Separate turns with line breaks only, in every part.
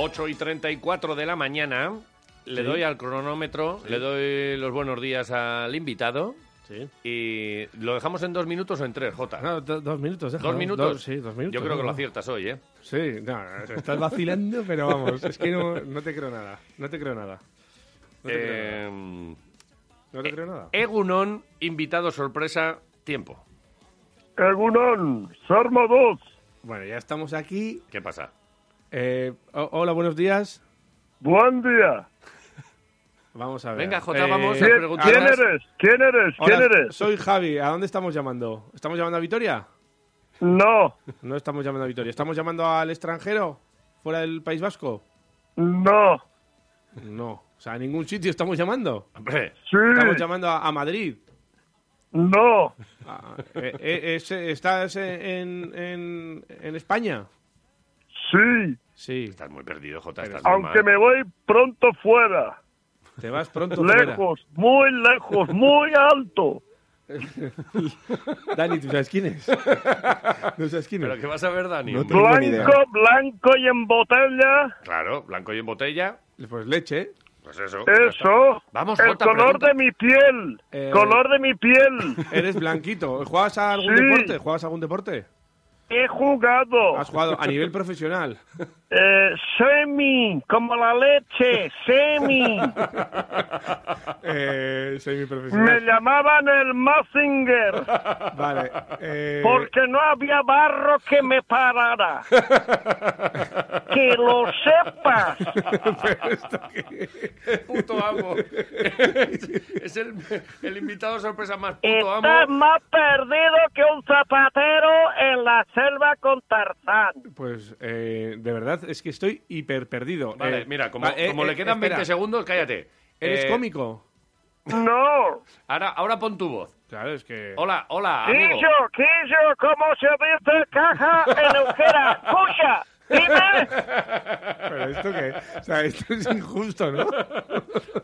Ocho y 34 de la mañana. Le
Sí.
doy al cronómetro, le doy los buenos días al invitado.
Sí.
Y lo dejamos en dos minutos o en tres, Jota.
Ah, No, do- dos minutos, deja,
¿Dos minutos?
sí, dos minutos.
Yo creo que
¿no?
lo aciertas hoy, ¿eh?
Sí, no, estás vacilando, pero vamos, es que no, no te creo nada. No te creo nada. No te, creo, nada.
Eh,
No te creo nada.
Egunon, invitado sorpresa, tiempo.
Egunon, Sarma 2.
Bueno, ya estamos aquí.
¿Qué pasa?
Eh, o- hola, buenos días.
Buen día.
Vamos a ver.
Venga, Jota, vamos.
Eh,
Te
¿Quién,
pregunto-
quién eres? ¿Quién eres? ¿Quién
hola,
eres?
Soy Javi. ¿A dónde estamos llamando? ¿Estamos llamando a Vitoria?
No,
No estamos llamando a Vitoria. ¿Estamos llamando al extranjero? ¿Fuera del País Vasco?
no.
No. O sea, a ningún sitio estamos llamando.
Hombre,
Estamos
Sí,
llamando a, a Madrid.
no.
Ah, eh, eh, es- ¿Estás en, en- en España?
Sí,
Sí.
estás muy perdido, Jota. Estás muy
aunque
mal.
me voy pronto fuera.
Te vas pronto fuera.
Lejos, muy lejos, muy alto.
Dani, ¿tú sabes quién es? ¿No sabes quién es?
¿Pero qué vas a ver, Dani?
No
hombre?
tengo ni idea.
Blanco, blanco y en botella.
Claro, blanco y en botella.
Pues leche.
Pues eso. ya está.
Eso.
Vamos,
El
Jota,
color
pregunta.
de mi piel.
Eh,
Color de mi piel.
Eres blanquito. ¿Juegas a algún
Sí.
deporte? ¿Juegas a algún deporte?
He jugado
¿Has jugado a nivel profesional?
eh, semi, como la leche, semi.
Eh,
Me
semiprofesional.
llamaban el Mazinger.
Vale. eh,
Porque no había barro que me parara. que lo sepas.
pero esto qué-
Puto amo. es el, el invitado sorpresa más puto
Estás
amo.
más perdido que un zapatero en la selva con Tarzán.
Pues eh, de verdad es que estoy hiper perdido.
Vale,
Eh,
mira, como,
va- eh,
como
eh,
le quedan
espera.
20 segundos, cállate.
¿Eres
Eh,
cómico?
No.
Ahora, ahora pon tu voz.
Claro, es que.
Hola, hola, amigo.
Quillo, quillo, ¿cómo se dice caja en euskera? Escucha, dime.
Pero esto que. O sea, esto es injusto, ¿no?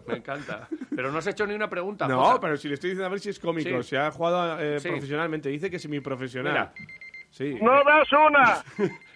Me encanta. Pero no has hecho ni una pregunta.
No,
Jota.
pero si le estoy diciendo a ver si es cómico,
Sí.
si ha jugado eh,
Sí.
profesionalmente, dice que semiprofesional.
Mira,
Sí.
No das una.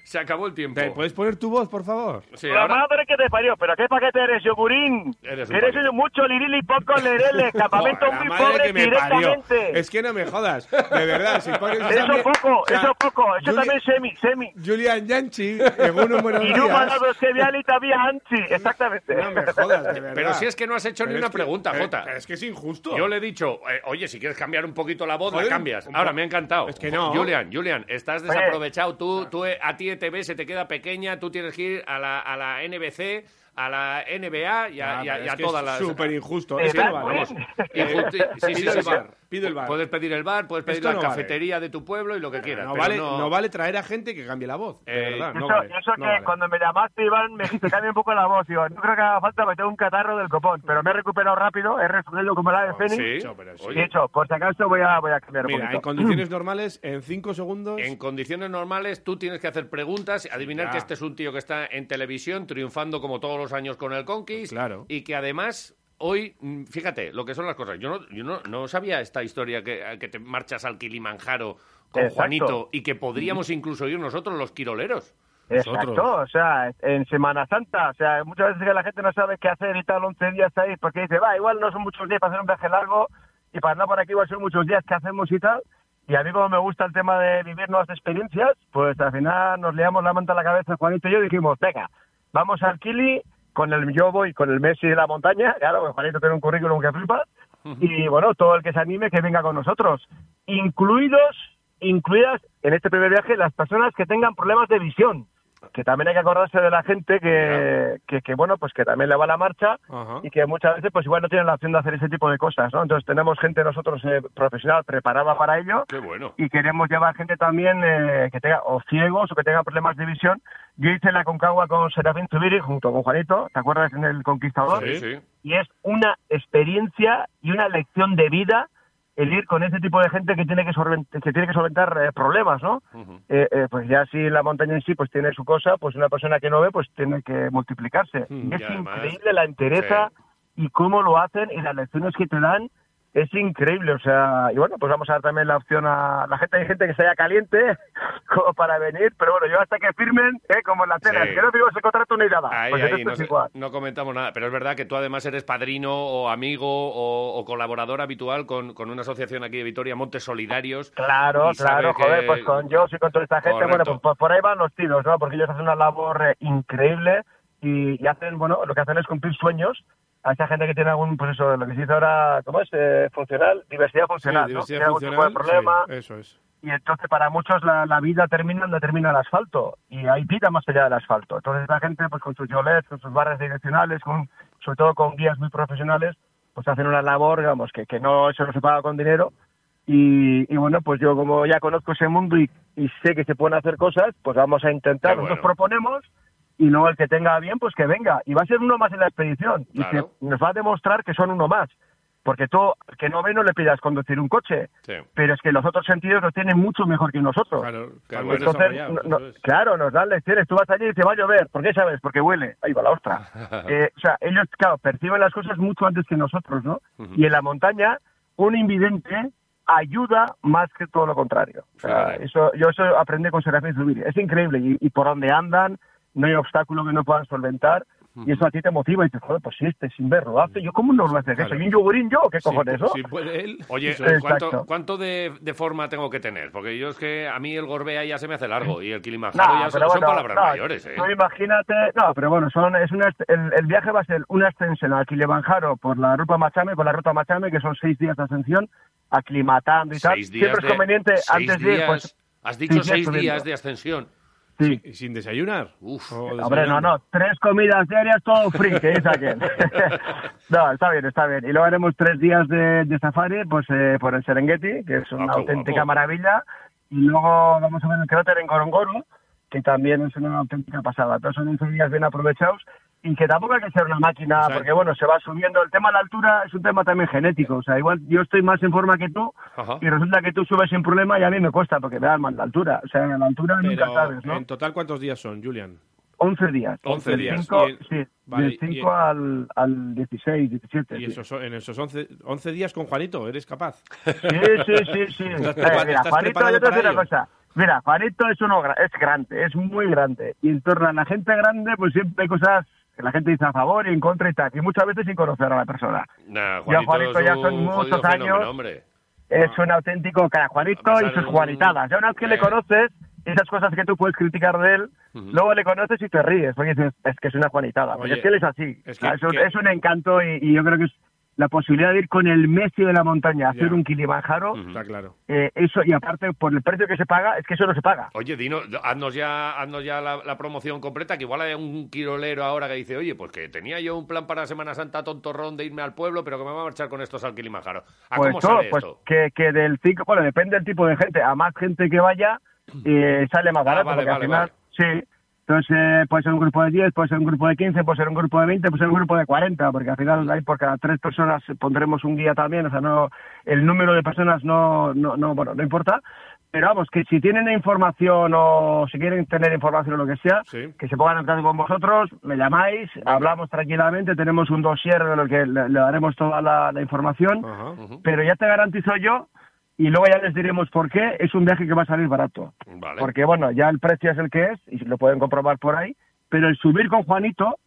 se acabó el tiempo.
¿Te puedes poner tu voz, por favor?
Sí,
La
ahora...
madre que te parió. ¿Pero qué paquete eres, yogurín?
Eres
Eres,
un paquete.
mucho lirili, poco lerele. Campamento
Joder, la
muy
madre
pobre
que me parió.
directamente.
Es que no me jodas, de verdad. Si pones esa
Eso
mie-
poco,
o sea,
eso poco, eso
Juli-
también semi, semi.
Julian Yanchi, según un buenos
Y no
días.
mandado que y todavía anti, exactamente.
No me jodas, de verdad.
Pero si es que no has hecho
Pero
ni una
es que- eh,
pregunta,
pero-
Jota.
pero es que es injusto.
Yo le he dicho, eh, oye, si quieres cambiar un poquito la voz,
Joder,
la cambias.
un po-
Ahora me ha encantado.
Es que no.
Julian, Julian, estás desaprovechado. Tú, tú eh, a ti ETV se te queda pequeña. Tú tienes que ir a la, a la NBC, a la NBA y a,
Ah,
y a-
pero
y a
es que
todas
es
las.
Súper injusto.
Eh,
Es que no
vamos.
vale.
Vamos. Y justi- sí, sí,
Pido
sí,
el
sí.
bar, pido el bar.
Puedes pedir el bar, puedes pedir
Esto
la
no vale.
cafetería de tu pueblo y lo que quieras.
No
pero
vale,
no-
no vale traer a gente que cambie la voz. de
Eh,
verdad,
Eso,
no vale,
eso
no
que
vale.
cuando me llamaste, Iván, me dijiste cambia un poco la voz. Digo, no creo que haga falta, porque tengo un catarro del copón. Pero me he recuperado rápido, he resuelto como la de Fénix.
Sí,
Yo, pero Ah, sí.
Y he
oye,
dicho, por si acaso voy a, voy a cambiar un
Mira, en
poquito.
condiciones normales, en 5 segundos.
En condiciones normales tú tienes que hacer preguntas, adivinar
ya.
que este es un tío que está en televisión triunfando como todos los años con el Conquist
Claro.
y que además hoy, mm, fíjate lo que son las cosas, yo no, yo no, no sabía esta historia que, que te marchas al Kilimanjaro con
Exacto.
Juanito y que podríamos incluso ir nosotros los quiroleros.
Exacto, o sea, en Semana Santa, o sea, muchas veces que la gente no sabe qué hacer y tal, 11 días ahí, porque dice, va, igual no son muchos días para hacer un viaje largo y para andar por aquí igual son muchos días que hacemos y tal. Y a mí como me gusta el tema de vivir nuevas experiencias, pues al final nos leamos la manta a la cabeza Juanito y yo y dijimos, venga, vamos al Kili con el yo voy con el Messi de la montaña, claro, porque Juanito tiene un currículum que flipas, y bueno, todo el que se anime que venga con nosotros, incluidos, incluidas en este primer viaje las personas que tengan problemas de visión. que también hay que acordarse de la gente que, que, que, bueno, pues que también le va la marcha
Ajá.
y que muchas veces pues igual no tienen la opción de hacer ese tipo de cosas, ¿no? Entonces tenemos gente nosotros eh, profesional preparada para ello
Qué bueno.
y queremos llevar gente también eh, que tenga o ciegos o que tenga problemas de visión. Yo hice la Concagua con Serafín Zubiri junto con Juanito, ¿te acuerdas en El Conquistador?
Sí, sí.
Y es una experiencia y una lección de vida el ir con ese tipo de gente que tiene que, solvent- que, tiene que solventar eh, problemas, ¿no?
Ujú.
eh, eh, pues ya si la montaña en sí pues tiene su cosa, pues una persona que no ve pues tiene que multiplicarse.
Hmm,
Y es
y además-
increíble la entereza y cómo lo hacen y las lecciones que te dan. Es increíble, o sea, y bueno, pues vamos a dar también la opción a la gente, hay gente que se haya caliente como para venir, pero bueno, yo hasta que firmen, ¿eh? como en la cena,
Sí.
que no firmo ese contrato ni nada.
Ahí,
pues en
ahí,
esto
no,
es
sé,
igual.
no comentamos nada, pero es verdad que tú además eres padrino o amigo o, o colaborador habitual con, con una asociación aquí de Vitoria, Montes Solidarios.
Pues Claro,
y sabe
claro, joder,
que-
pues con yo y con toda esta gente, bueno,
Correcto.
pues, por- por ahí van los tiros, ¿no? Porque ellos hacen una labor eh, increíble y, y hacen, bueno, lo que hacen es cumplir sueños a esa gente que tiene algún, pues eso, lo que se dice ahora, ¿cómo es? Eh, funcional, diversidad funcional, ¿no?
diversidad
Tiene algún tipo de
funcional, sí,
problema
eso es.
y entonces para muchos la, la vida termina donde termina el asfalto y hay vida más allá del asfalto. Entonces la gente, pues con sus yolets, con sus barras direccionales, con, sobre todo con guías muy profesionales, pues hacen una labor, digamos, que, que no se nos paga con dinero. Y, y bueno, pues yo como ya conozco ese mundo y, y sé que se pueden hacer cosas, pues vamos a intentar,
Qué
nosotros
bueno.
proponemos y luego el que tenga bien, pues que venga. Y va a ser uno más en la expedición y que
Claro.
nos va a demostrar que son uno más. Porque tú, al que no ve, no le pidas conducir un coche
Sí.
pero es que los otros sentidos lo tienen mucho mejor que nosotros.
Claro,
Claro,
están
bueno.
muy
Entonces,
desarrollados,
no- no-
eso es.
claro, nos dan lecciones. Tú vas allí y te va a llover. ¿Por qué sabes? Porque huele. Ahí va la ostra. Eh, o sea, ellos, claro, perciben las cosas mucho antes que nosotros, ¿no?
Ujú.
Y en la montaña, un invidente ayuda más que todo lo contrario. O sea,
Fíjate.
eso, yo eso aprendí con Serafín Zubiri. Es increíble. Y, y por donde andan, no hay obstáculo que no puedan solventar. Y eso a ti te motiva y dices, joder, pues si este sin verlo hace, yo cómo no lo hace, que
Claro.
soy un yogurín yo, ¿qué
Si-
cojones, no?
Si puede él.
Oye,
Eso es.
¿cuánto,
Exacto.
cuánto de, de forma tengo que tener? Porque yo es que a mí el Gorbea ya se me hace largo y el
No,
Kilimanjaro ya son,
pero
son
bueno,
palabras
no,
mayores, ¿eh?
tú imagínate, no, pero bueno, son, es una, est- el, el viaje va a ser una ascensión a Kilimanjaro por la ruta Machame, por la ruta Machame, que son seis días de ascensión, aclimatando y tal.
Seis días
Siempre
de-
es conveniente
seis
antes de ir,
días-
pues,
Has dicho
días
seis
subiendo.
días de ascensión.
sí.
Y sin desayunar.
Uf.
O
Hombre, no,
desayunando.
no, tres comidas diarias, todo free, que dice aquel. no, está bien, está bien. Y luego haremos tres días de, de safari pues, eh, por el Serengeti, que es
Ah,
una
qué
auténtica
guapo.
maravilla. Y luego vamos a ver el cráter en Gorongoro, que también es una auténtica pasada. Entonces son 11 días bien aprovechados y que tampoco hay que ser una máquina,
Exacto.
porque bueno, se va subiendo. El tema de la altura es un tema también genético. O sea, igual yo estoy más en forma que tú
Ajá.
y resulta que tú subes sin problema y a mí me cuesta porque me da mal la altura. O sea, la altura nunca
Pero,
sabes, ¿no?
en total, ¿cuántos días son, Julian?
11 días.
11
Del
días.
cinco-
Y el-
sí,
vale,
del
y el-
5 al, al 16, 17.
Y
sí.
esos, en esos 11, 11 días con Juanito, ¿eres capaz?
Sí, sí, sí. sí.
¿Estás
Eh,
prepa-
mira,
estás
Juanito,
preparado
yo te voy a decir
para
una cosa. Mira, Juanito es, uno, gra- es grande, es muy grande. Y en torno a la gente grande, pues siempre hay cosas que la gente dice a favor y en contra y tal. Y muchas veces sin conocer a la persona.
Nah,
Yo,
Juanito,
Juanito,
es
ya
un
son muchos
jodido fenómeno,
años.
hombre.
Es un auténtico cara. Juanito
Además,
y sus
es un-
Juanitadas. Ya una vez que le
Eh.
conoces, esas cosas que tú puedes criticar de él,
Ujú.
luego le conoces y te ríes. Porque dices, es que es una Juanitada. Porque
Oye,
es que él es así.
es
Es,
que-
es, un,
que-
es un encanto y, y yo creo que es la posibilidad de ir con el Messi de la montaña a hacer
Ya.
un Kilimanjaro.
Ujú.
Está claro.
eh, eso, y aparte, por el precio que se paga, es que eso no se paga.
Oye, Dino, haznos ya, haznos ya la, la promoción completa, que igual hay un quirolero ahora que dice, oye, pues que tenía yo un plan para Semana Santa tontorrón de irme al pueblo, pero que me va a marchar con estos al Kilimanjaro. ¿A
pues
cómo
no,
sale
pues
esto?
que, que del 5, bueno, depende del tipo de gente. A más gente que vaya, eh, sale más barato.
Mm. Ah, vale,
porque al
vale,
final, sí. Entonces, eh, puede ser un grupo de 10, puede ser un grupo de 15, puede ser un grupo de 20, puede ser un grupo de 40, porque al final ahí por cada tres personas eh, pondremos un guía también. O sea, no el número de personas no, no, no, bueno, no importa. Pero vamos, que si tienen información o si quieren tener información o lo que sea,
Sí.
que se pongan en contacto con vosotros, me llamáis, hablamos tranquilamente, tenemos un dossier en el que le, le daremos toda la, la información
Ajá.
pero ya te garantizo yo, y luego ya les diremos por qué, es un viaje que va a salir barato.
Vale.
Porque bueno, ya el precio es el que es, y lo pueden comprobar por ahí, pero el subir con Juanito,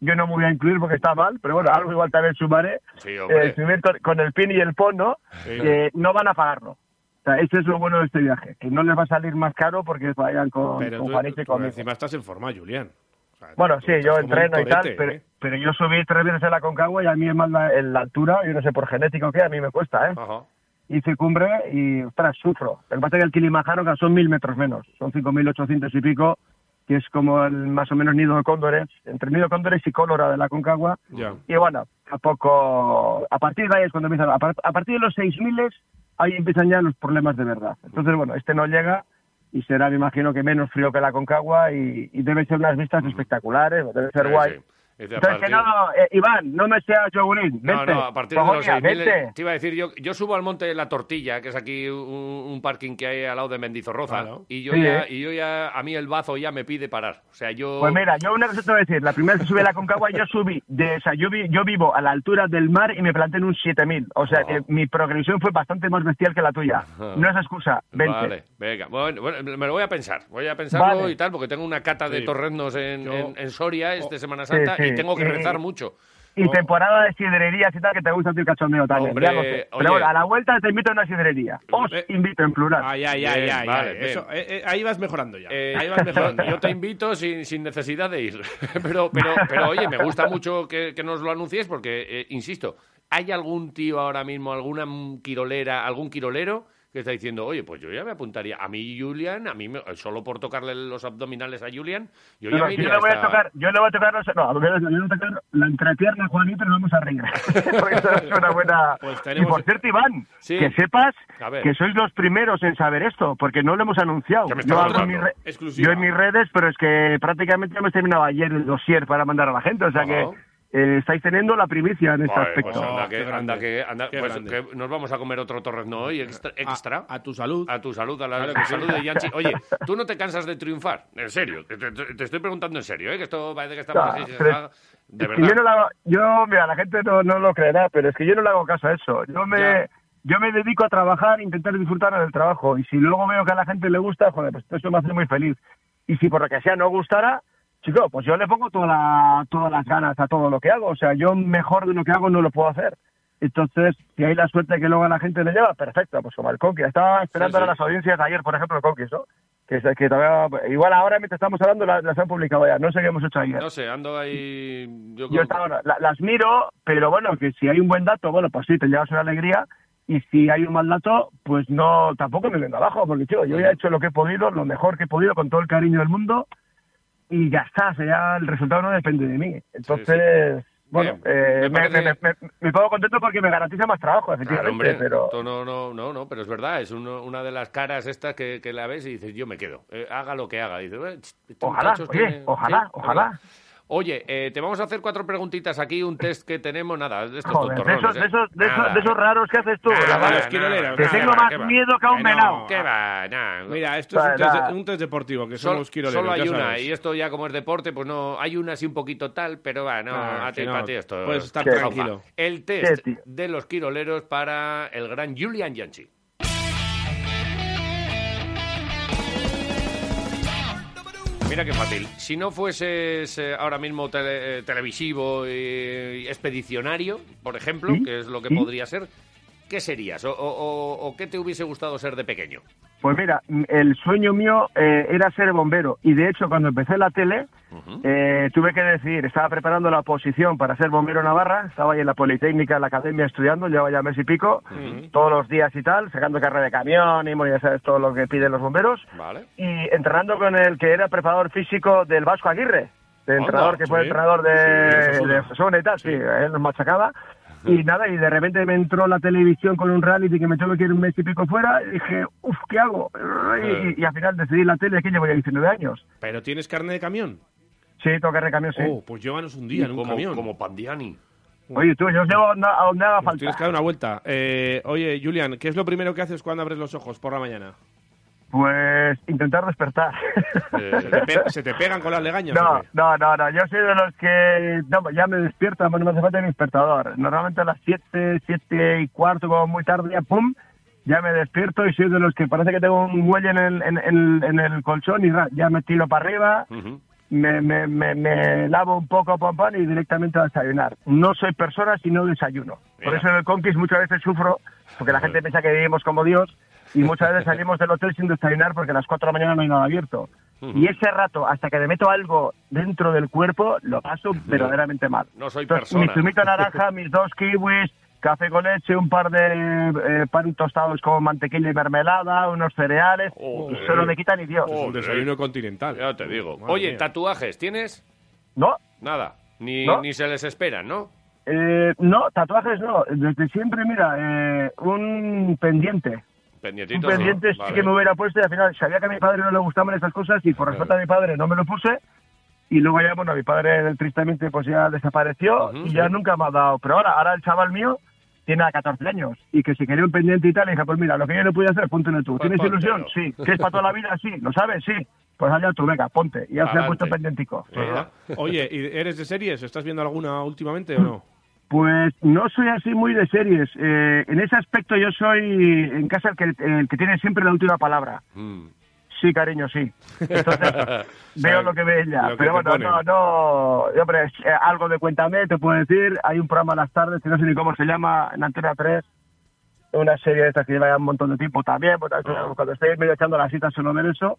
yo no me voy a incluir porque está mal, pero bueno, algo igual también sumaré,
Sí,
eh,
hombre.
subir con, con el pin y el pono,
Sí.
eh, no van a pagarlo. O sea, ese es lo bueno de este viaje, que no les va a salir más caro porque vayan con,
Pero
con
tú,
Juanito y
tú
conmigo.
encima estás en forma, Julián. O sea,
Bueno,
tú
sí,
estás
yo
como un
entreno y tal,
torete,
pero,
¿eh?
pero yo subí tres veces en la Concagua y a mí es más la, en la altura, yo no sé por genético qué, a mí me cuesta, ¿eh?
Ajá.
hice cumbre y, ostras, sufro. Lo que pasa es que el Kilimanjaro que son mil metros menos, son 5.800 y pico, que es como el más o menos nido de cóndores, entre nido de cóndores y cólora de la Concagua.
Ya.
Y bueno, a poco, a partir de ahí es cuando empiezan, a, par- a partir de los 6.000 ahí empiezan ya los problemas de verdad. Entonces, bueno, este no llega y será, me imagino, que menos frío que la Concagua y, y debe ser unas vistas espectaculares, debe ser
Sí,
guay.
sí. Es de a
Entonces, que
partir-
no, eh, Iván, no me seas yogurín, vete.
No, no, a partir de los
Cojonia,
6.000...
vete.
Te iba a decir, yo, yo subo al monte de La Tortilla, que es aquí un, un parking que hay al lado de Mendizorroza,
Claro.
y, yo
Sí,
ya,
¿eh?
y yo ya... A mí el bazo ya me pide parar. O sea, yo...
Pues mira, yo una cosa te voy a decir. La primera vez que subí a la Concagua, yo subí, de, o sea, yo, vi- yo vivo a la altura del mar y me planté en un 7000. O sea,
Wow.
que mi progresión fue bastante más bestial que la tuya. No es excusa, vente.
Vale, venga. Bueno, bueno, me lo voy a pensar. Voy a pensarlo
Vale.
y tal, porque tengo una cata de
Sí.
torreznos en,
Yo-
en- en Soria este Semana
Sí,
Santa y
sí.
tengo que
Eh,
rezar mucho.
Y temporada de sidrerías y tal, que te gusta a ti el cachondeo
Oh.
también.
Hombre,
ya lo sé.
oye.
Pero bueno, a la vuelta te invito a una sidrería. Os
Eh.
invito en plural.
Ay, ay, ay,
Bien,
ay,
vale,
ay,
bien.
eso, eh, eh, ahí vas mejorando ya.
Eh,
ahí vas mejorando.
yo te invito sin, sin necesidad de ir. Pero, pero, pero oye, me gusta mucho que, que nos lo anuncies porque, eh, insisto, ¿hay algún tío ahora mismo, alguna mm, quirolera, algún quirolero que está diciendo, oye, pues yo ya me apuntaría a mí, Julian, a mí, me- solo por tocarle los abdominales a Julian, yo ya
Pero
me
yo
iría
le voy a
hasta-
tocar, yo le voy a tocar, los- no, le voy a- le voy a tocar la entrepierna a Juanito y nos vamos a reír. Porque eso es una buena...
Pues tenemos-
Y por cierto, Iván,
Sí.
que sepas
A ver.
que sois los primeros en saber esto, porque no lo hemos anunciado.
Ya me estás
Yo, hago en
contando.
mis re-
Exclusiva.
yo en mis redes, pero es que prácticamente hemos terminado ayer el dossier para mandar a la gente, o sea
Ajá.
que eh, estáis teniendo la primicia en este
Joder,
aspecto.
pues anda
Oh,
que,
qué grande,
anda que, anda-
qué
pues
grande.
que nos vamos a comer otro torrezno hoy extra,
Ah,
A-
extra.
A, tu salud.
Ah, A tu salud, a la
Claro que sí.
salud de Yanchi. Oye, tú no te cansas de triunfar, en serio. Te, te- te estoy preguntando en serio, ¿eh? que esto parece que estamos
Ah,
así.
pero-
De
Es que yo,
verdad.
no le hago- yo, mira, la gente no, no lo creerá, pero es que yo no le hago caso a eso. Yo
Ya.
me, yo me dedico a trabajar, intentar disfrutar del trabajo. Y si luego veo que a la gente le gusta, joder, pues eso me hace muy feliz. Y si por lo que sea no gustara, chico, pues yo le pongo toda la- todas las ganas a todo lo que hago. O sea, yo mejor de lo que hago no lo puedo hacer. Entonces, si hay la suerte que luego a la gente le lleva, perfecto, pues como el Conqui. Estaba esperando
Sí, sí.
a las audiencias ayer, por ejemplo, el Conqui, ¿no? Que, se- que todavía, igual ahora mientras estamos hablando la- las, han publicado ya, no sé qué hemos hecho ayer.
No sé, ando ahí. Yo
Yo
creo-
hasta ahora la- las miro, pero bueno, que si hay un buen dato, bueno, pues sí, te llevas una alegría. Y si hay un mal dato, pues no, tampoco me vengo abajo, porque chico, yo ya he hecho lo que he podido, lo mejor que he podido, con todo el cariño del mundo, y ya está, ya el resultado no depende de mí. Entonces, bueno,
Bien,
eh,
me
me,
parece-
me- me- me pongo contento porque me garantiza más trabajo,
Claro,
efectivamente,
hombre,
pero...
esto no, no, no, no, pero es verdad, es uno- una de las caras estas que, que la ves y dices, yo me quedo, eh, haga lo que haga. Dices, "Eh, ch, este
Ojalá,
muchacho
oye, ojalá,
es
ojalá.
verdad. Oye, eh, te vamos a hacer cuatro preguntitas aquí, un test que tenemos, nada, de estos
Joder, de
tontorrones,
esos, de,
¿eh?
esos, de,
Nada.
esos, de esos raros que haces tú,
Nada,
la verdad,
es que no
nada,
le era-
que
nada,
tengo
qué
más
va.
miedo que a un
Que no.
venado.
¿Qué va? Nada.
Mira, esto es un
Para.
test, un test deportivo, que
Sol-
somos quiroleros.
solo hay
ya
una,
sabes.
y esto ya como es deporte, pues no, hay una así un poquito tal, pero va, no,
Ah,
a ti,
que no,
pa' ti esto.
puedes estar
Qué
tranquilo.
va. El test
Qué tío.
de los quiroleros para el gran Julian Yanchi. Mira qué fácil. Si no fueses eh, ahora mismo tele- eh, televisivo y, y expedicionario, por ejemplo,
¿Sí?
que es lo que
¿Sí?
podría ser, ¿qué serías? O, o- o- o qué te hubiese gustado ser de pequeño?
Pues mira, m- el sueño mío eh, era ser bombero y de hecho cuando empecé la tele eh, tuve que decidir, estaba preparando la oposición para ser bombero en Navarra, estaba ahí en la Politécnica, en la academia estudiando, llevaba ya mes y pico, todos los días y tal, sacando carrera de camión y bueno, ya sabes todo lo que piden los bomberos
¿Vale?
y entrenando con el que era preparador físico del Vasco Aguirre, el
Anda,
entrenador que fue
sí.
entrenador
Sí, de
de,
Osasuna.
de Osasuna y tal, sí, él nos machacaba. Y nada, y de repente me entró la televisión con un reality que me tuve que ir un mes y pico fuera, y dije, uff, ¿qué hago? Y, y- y al final decidí la tele, que llevo ya 19 años.
Pero tienes carne de camión.
Sí, tengo que recambio, sí.
Oh, pues llévanos un día en un
como,
camión.
como Pandiani.
Oye, tú, yo os llevo a donde- a donde haga
Nos Pues tienes que dar
falta.
una vuelta. Eh, oye, Julian, ¿qué es lo primero que haces cuando abres los ojos por la mañana?
Pues intentar despertar.
¿Se te, pe- se te pegan con las legañas? o
No,
qué?
no, no, no. Yo soy de los que no, ya me despierta, no me hace falta ni despertador. Normalmente a las 7, 7 y cuarto, como muy tarde, ya pum, ya me despierto y soy de los que parece que tengo un huelle en el, en, el- en el colchón y ra- ya me tiro para arriba,
Ujú.
me, me, me, me lavo un poco pam pam y directamente a desayunar. No soy persona si no desayuno. Por
Mira.
eso en el Conquist muchas veces sufro, porque la gente piensa que vivimos como Dios y muchas veces salimos del hotel sin desayunar porque a las 4 de la mañana no hay nada abierto. Y ese rato, hasta que me meto algo dentro del cuerpo, lo paso verdaderamente mal.
No soy
Entonces,
persona.
Mi zumito naranja, mis dos kiwis, café con leche, un par de eh, pan tostados con mantequilla y mermelada, unos cereales.
Joder.
Eso no me quita ni Dios.
Es un
Joder.
desayuno continental.
Ya te digo.
Madre
Oye,
mía.
tatuajes, ¿tienes?
No,
Nada. Ni,
¿No?
ni se les esperan, ¿no?
eh, no, tatuajes no. Desde siempre, mira, eh, un pendiente. Un
Pendientito.
pendiente sí que me hubiera puesto y al final sabía que a mi padre no le gustaban estas cosas y por respeto a mi padre no me lo puse. Y luego ya, bueno, mi padre tristemente pues ya desapareció
Ujú,
y ya
sí.
nunca me ha dado. Pero ahora, ahora el chaval mío tiene 14 años y que si quería un pendiente y tal, le dije, pues mira, lo que yo no pude hacer, póntelo tú.
Pues
¿Tienes
póntelo.
ilusión? Sí. ¿Que es para toda la vida? Sí. ¿Lo sabes? Sí. Pues allá tú, venga, ponte. Y ya se ha
Adelante.
puesto pendientico.
Mira.
Oye, ¿y ¿eres de series? ¿Estás viendo alguna últimamente o no?
Pues no soy así muy de series. Eh, en ese aspecto yo soy en casa el que, el que tiene siempre la última palabra.
Mm.
Sí, cariño, sí. Entonces, veo lo que ve
lo
ella.
que
Pero
te
bueno, no,
ponen.
no. yo, hombre, eh, algo de Cuéntame, te puedo decir. Hay un programa a las tardes, que no sé ni cómo se llama, en Antena 3. Una serie de estas que lleva ya un montón de tiempo también.
Ah.
porque Cuando estoy medio echando las citas, solo ver eso.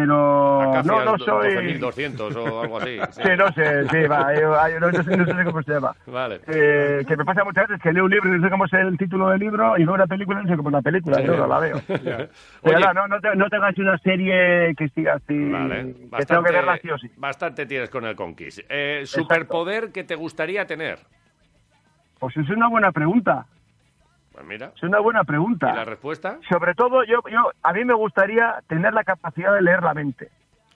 Pero
Acacias
no, no
do-
soy.
12.200 o algo así. sí.
Sí, no sé, sí, va. yo- ay, no, no sé, no sé cómo se llama.
Vale.
Eh, que me pasa muchas veces que leo un libro y no sé cómo es el título del libro y veo una película y no sé cómo es la película, yo no la veo. Pero
Oye.
no, no, no, te- no tengo así una serie que siga así,
Vale.
que tengo que verla sí o sí.
bastante tienes con el Conquist. Eh, ¿Superpoder que te gustaría tener?
Pues es una buena pregunta,
Pues mira.
es una buena
¿Y
pregunta.
la respuesta?
Sobre todo, yo, yo, a mí me gustaría tener la capacidad de leer la mente.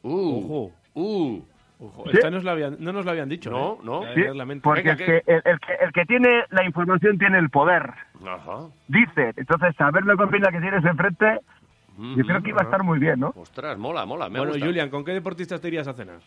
Uh.
Ojo.
Uh.
Ojo,
¿Sí?
esta nos la habían- no nos la habían dicho.
No,
¿eh?
no.
La de
¿sí?
leer la mente.
Porque
Venga,
el,
que-
que, el, el que, el que tiene la información tiene el poder,
Ajá.
dice. Entonces, saber lo que opina que tienes enfrente, yo creo que iba a estar muy bien, ¿no?
Ostras, mola, mola. Me
Bueno,
gusta.
Julian, ¿con qué deportistas te irías a cenar?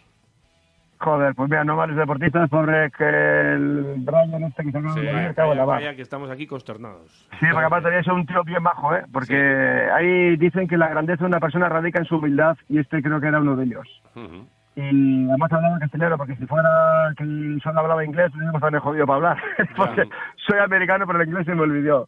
Joder, pues mira, no malos deportistas, pobre que el Brian este que se acaba
Sí,
de me cago en
Vaya,
la mar.
vaya que estamos aquí consternados.
Sí, porque aparte había sido un tío bien majo, ¿eh? Porque ahí dicen que la grandeza de una persona radica en su humildad y este creo que era uno de ellos.
Ujú.
Y además hablaba castellano, porque si fuera que solo hablaba inglés, pues no me tan jodido para hablar. Porque soy americano, pero el inglés se me olvidó.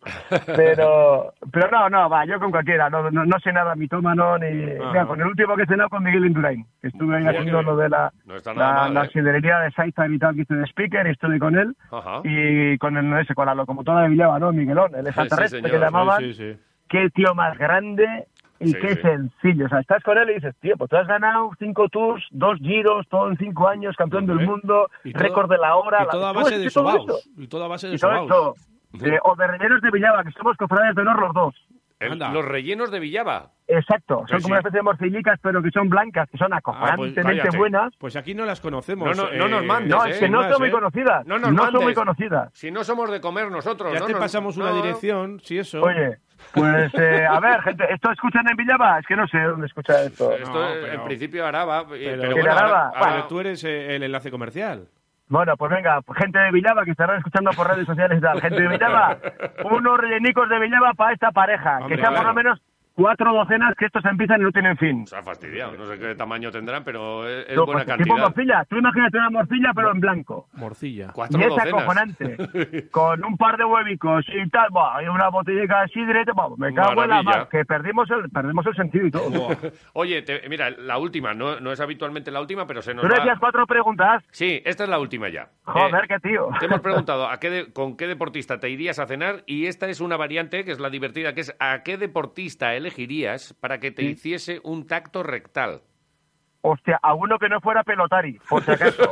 Pero, pero no, no, va, yo con cualquiera. No, no, no sé nada mitómano ni...
Ah,
Mira, con el último que he cenado con Miguel Indurain, que estuve ahí
Mira
haciendo
qué bien.
lo de la,
No está
la,
nada mal,
la
¿eh?
sidrería de Saiza y tal, que hice de speaker, y estuve con él.
Ajá.
Y con el, ese, con la locomotora de Villaba, ¿no? Miguelón, el extraterrestre
señor,
que le
sí,
llamaban
Sí, sí.
qué tío más grande y
Sí,
qué
sí.
sencillo. O sea, estás con él y dices, tío, pues tú has ganado cinco tours, dos giros, todo en cinco años, campeón del
Hombre.
mundo,
Y todo-
récord de la hora.
Y
la-
toda a
Tú,
base
es
de
que todo
sobaos.
eso.
Y toda a base de
Y todo
sobaos.
esto. Eh, o de rellenos de Villaba, que somos cofrades de honor los dos.
El-
Anda.
los rellenos de Villava.
Exacto, son
Sí,
como una
sí.
especie de morcillicas, pero que son blancas, que son
Ah, pues
acojonantemente
cállate.
buenas.
Pues aquí no las conocemos.
No, no- no nos mandes,
No,
sí,
es
sí,
que no
sin más,
son muy
¿eh?
conocidas.
No
No,
nos mandes.
son muy conocidas.
Si no somos de comer nosotros,
Ya
¿no?
te
Nos-
pasamos una
no.
dirección, si eso.
Oye, pues eh, a ver, gente, ¿esto escuchan en Villaba? Es que no sé dónde escucha esto.
Esto
No,
es-
pero-
en principio Araba. eh, Pero,
pero-
bueno,
Pero Araba,
ahora-
bueno,
ahora-
Pero tú eres eh, el enlace comercial.
Bueno, pues venga, gente de Villaba que estarán escuchando por redes sociales y tal. Gente de Villaba, unos rellenicos de Villaba para esta pareja.
Hombre,
que sean por
claro.
lo menos cuatro docenas que estos empiezan y no tienen fin.
Se ha fastidiado. No sé qué tamaño tendrán, pero es, es
No,
buena
pues, tipo
cantidad.
morcilla. Tú imagínate una morcilla, pero en blanco.
Morcilla.
Cuatro
Y es
docenas.
acojonante. Con un par de huevicos y tal. buah, y una botellita de sidre. buah, me cago en la
Maravilla.
mar, que perdimos el, perdimos el sentido y todo.
Oye, te- mira, la última. No, no es habitualmente la última, pero se nos
Tú
va-
decías cuatro preguntas.
Sí, esta es la última ya.
Joder,
Eh,
qué tío.
Te hemos preguntado a qué de- con qué deportista te irías a cenar y esta es una variante que es la divertida, que es a qué deportista elegirías para que te hiciese un tacto rectal.
Hostia, a uno que no fuera pelotari, por si acaso.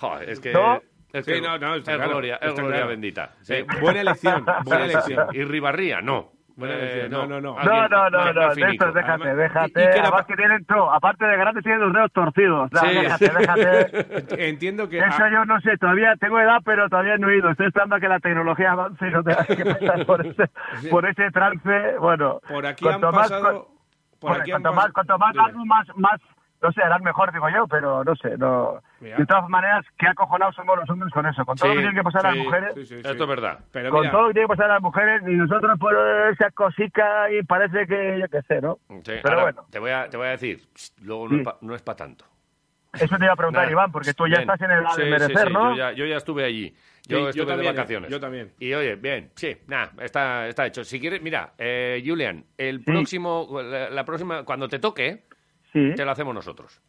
Joder, es que...
¿No?
Es
Sí, no, no, está
es
claro,
gloria, es
está
gloria
claro.
bendita. Sí.
Eh, buena elección, buena
Sí, sí,
elección.
sí. Y Ribarría, no.
Buena
Eh,
elección, no, no, no.
Alguien Ah,
No, no, no,
más-
no,
más
de
finico.
estos déjate,
Además, ¿y-
déjate.
y qué era
Además
pa-
que tienen todo, aparte de grandes tienen los dedos torcidos. No,
Sí.
Déjate, déjate.
Entiendo que.
Eso
ah,
yo no sé, todavía tengo edad, pero todavía no he ido. Estoy esperando a que la tecnología avance y no tenga que pasar por ese, por ese trance. Bueno,
por aquí han
cuanto más-
pasado. Por
bueno,
aquí han
cuanto
pasado-
más, cuanto más
Dime.
largo, más, más, no sé, harán mejor, digo yo, pero no sé, no.
Mira.
De todas maneras, qué acojonados somos los hombres con eso. Con todo lo que tiene que pasar a las
Sí,
mujeres,
sí, sí, sí.
Esto es verdad.
Pero
con
mira,
todo lo que tiene que pasar a las mujeres, y nosotros por esa cosica y parece que, yo qué sé, ¿no?
Sí,
pero
ahora
bueno.
te, voy a, te voy a decir, psst, luego no, es
Sí.
pa- no es para tanto.
Eso te iba a preguntar,
Nada.
Iván, porque tú ya
Bien.
estás en el A de
Sí,
merecer,
sí, sí,
¿no?
Yo ya, yo ya estuve allí. Yo
Sí, yo
estuve
también,
de vacaciones.
eh, yo también.
Y oye, bien, sí, nada, está, está hecho. Si quieres, mira, eh, Julian, el próximo, la, la próxima, cuando te toque,
Sí.
te lo hacemos nosotros.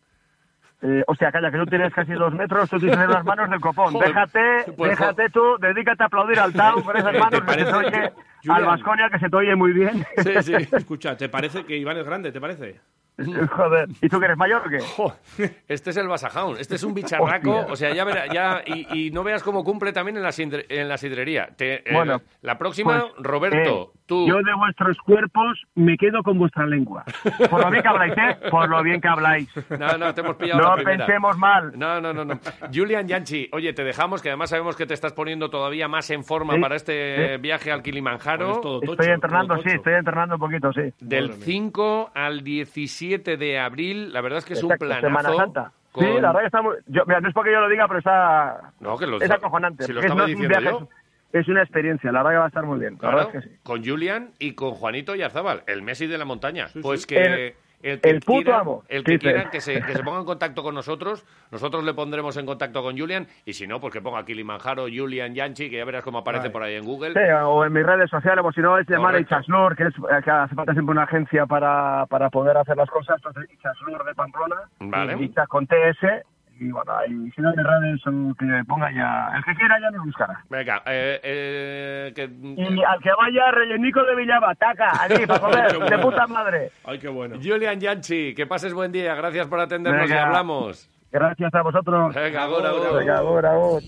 Eh, hostia, calla, que tú tienes casi dos metros, tú tienes las manos del copón.
Joder,
déjate,
pues,
déjate tú, dedícate a aplaudir al Tau con esas
¿Te
manos que se
parece,
te oye,
Julián?
al Vasconia que se te oye muy bien.
Sí, sí.
Escucha, ¿te parece que Iván es grande? ¿Te parece?
Mm.
Joder, ¿y tú que eres mayor o qué?
Jo, este es el Basajaun, este es un bicharraco,
Hostia.
o sea, ya verás, ya, y, y no veas cómo cumple también en la, sidre- en la sidrería. Te- eh,
Bueno,
la próxima,
Pues,
Roberto,
eh,
tú.
Yo de vuestros cuerpos me quedo con vuestra lengua. Por lo bien que habláis, ¿eh? Por lo bien que habláis.
No, no, te hemos pillado la
No
primera.
pensemos mal.
No, no, no, no. Julian Yanchi, oye, te dejamos, que además sabemos que te estás poniendo todavía más en forma
Sí,
para este viaje al
Pones
Kilimanjaro.
Pues todo tocho,
Estoy entrenando,
todo
sí,
tocho.
estoy entrenando un poquito, sí.
Del
Madre mía.
5 al 17 de abril, la verdad es que es
Exacto,
un planazo.
Semana Santa.
con-
Sí, la verdad que está muy... yo- mira, no es porque yo lo diga, pero está...
No, que lo-
es acojonante.
si lo
porque
estaba
no es un
diciendo
viaje,
yo.
Es es una experiencia, la verdad que va a estar muy bien. la
Claro,
verdad es que sí.
con Julian y con Juanito Yarzábal, el Messi de la montaña.
Sí,
pues
sí.
que el,
el puto
quiera,
amo.
el que
Sí, sí.
quiera que se, que se ponga en contacto con nosotros, nosotros le pondremos en contacto con Julian y si no, pues que ponga Kilimanjaro, Julian Yanchi, que ya verás cómo aparece
Vale.
por ahí en Google.
Sí, o en mis redes sociales, o si no, es llamar a
Correcto.
Ichaslur, que, es, que hace falta siempre una agencia para, para poder hacer las cosas. Entonces, Ichaslur de Pamplona,
Vale.
Ichas con TS, y bueno, ahí, si no, en mis redes, o que ponga ya, el que quiera ya nos buscará.
Venga, eh, eh, que-
Y al que vaya, Rellenico de Villaba, taca, allí, para
Qué
comer, de
bueno.
puta madre.
Ay, qué bueno.
Julian Yanchi, que pases buen día, gracias por atendernos y
Venga.
hablamos.
Gracias a vosotros.
Venga, ahora, ahora.
Venga, ahora, ahora.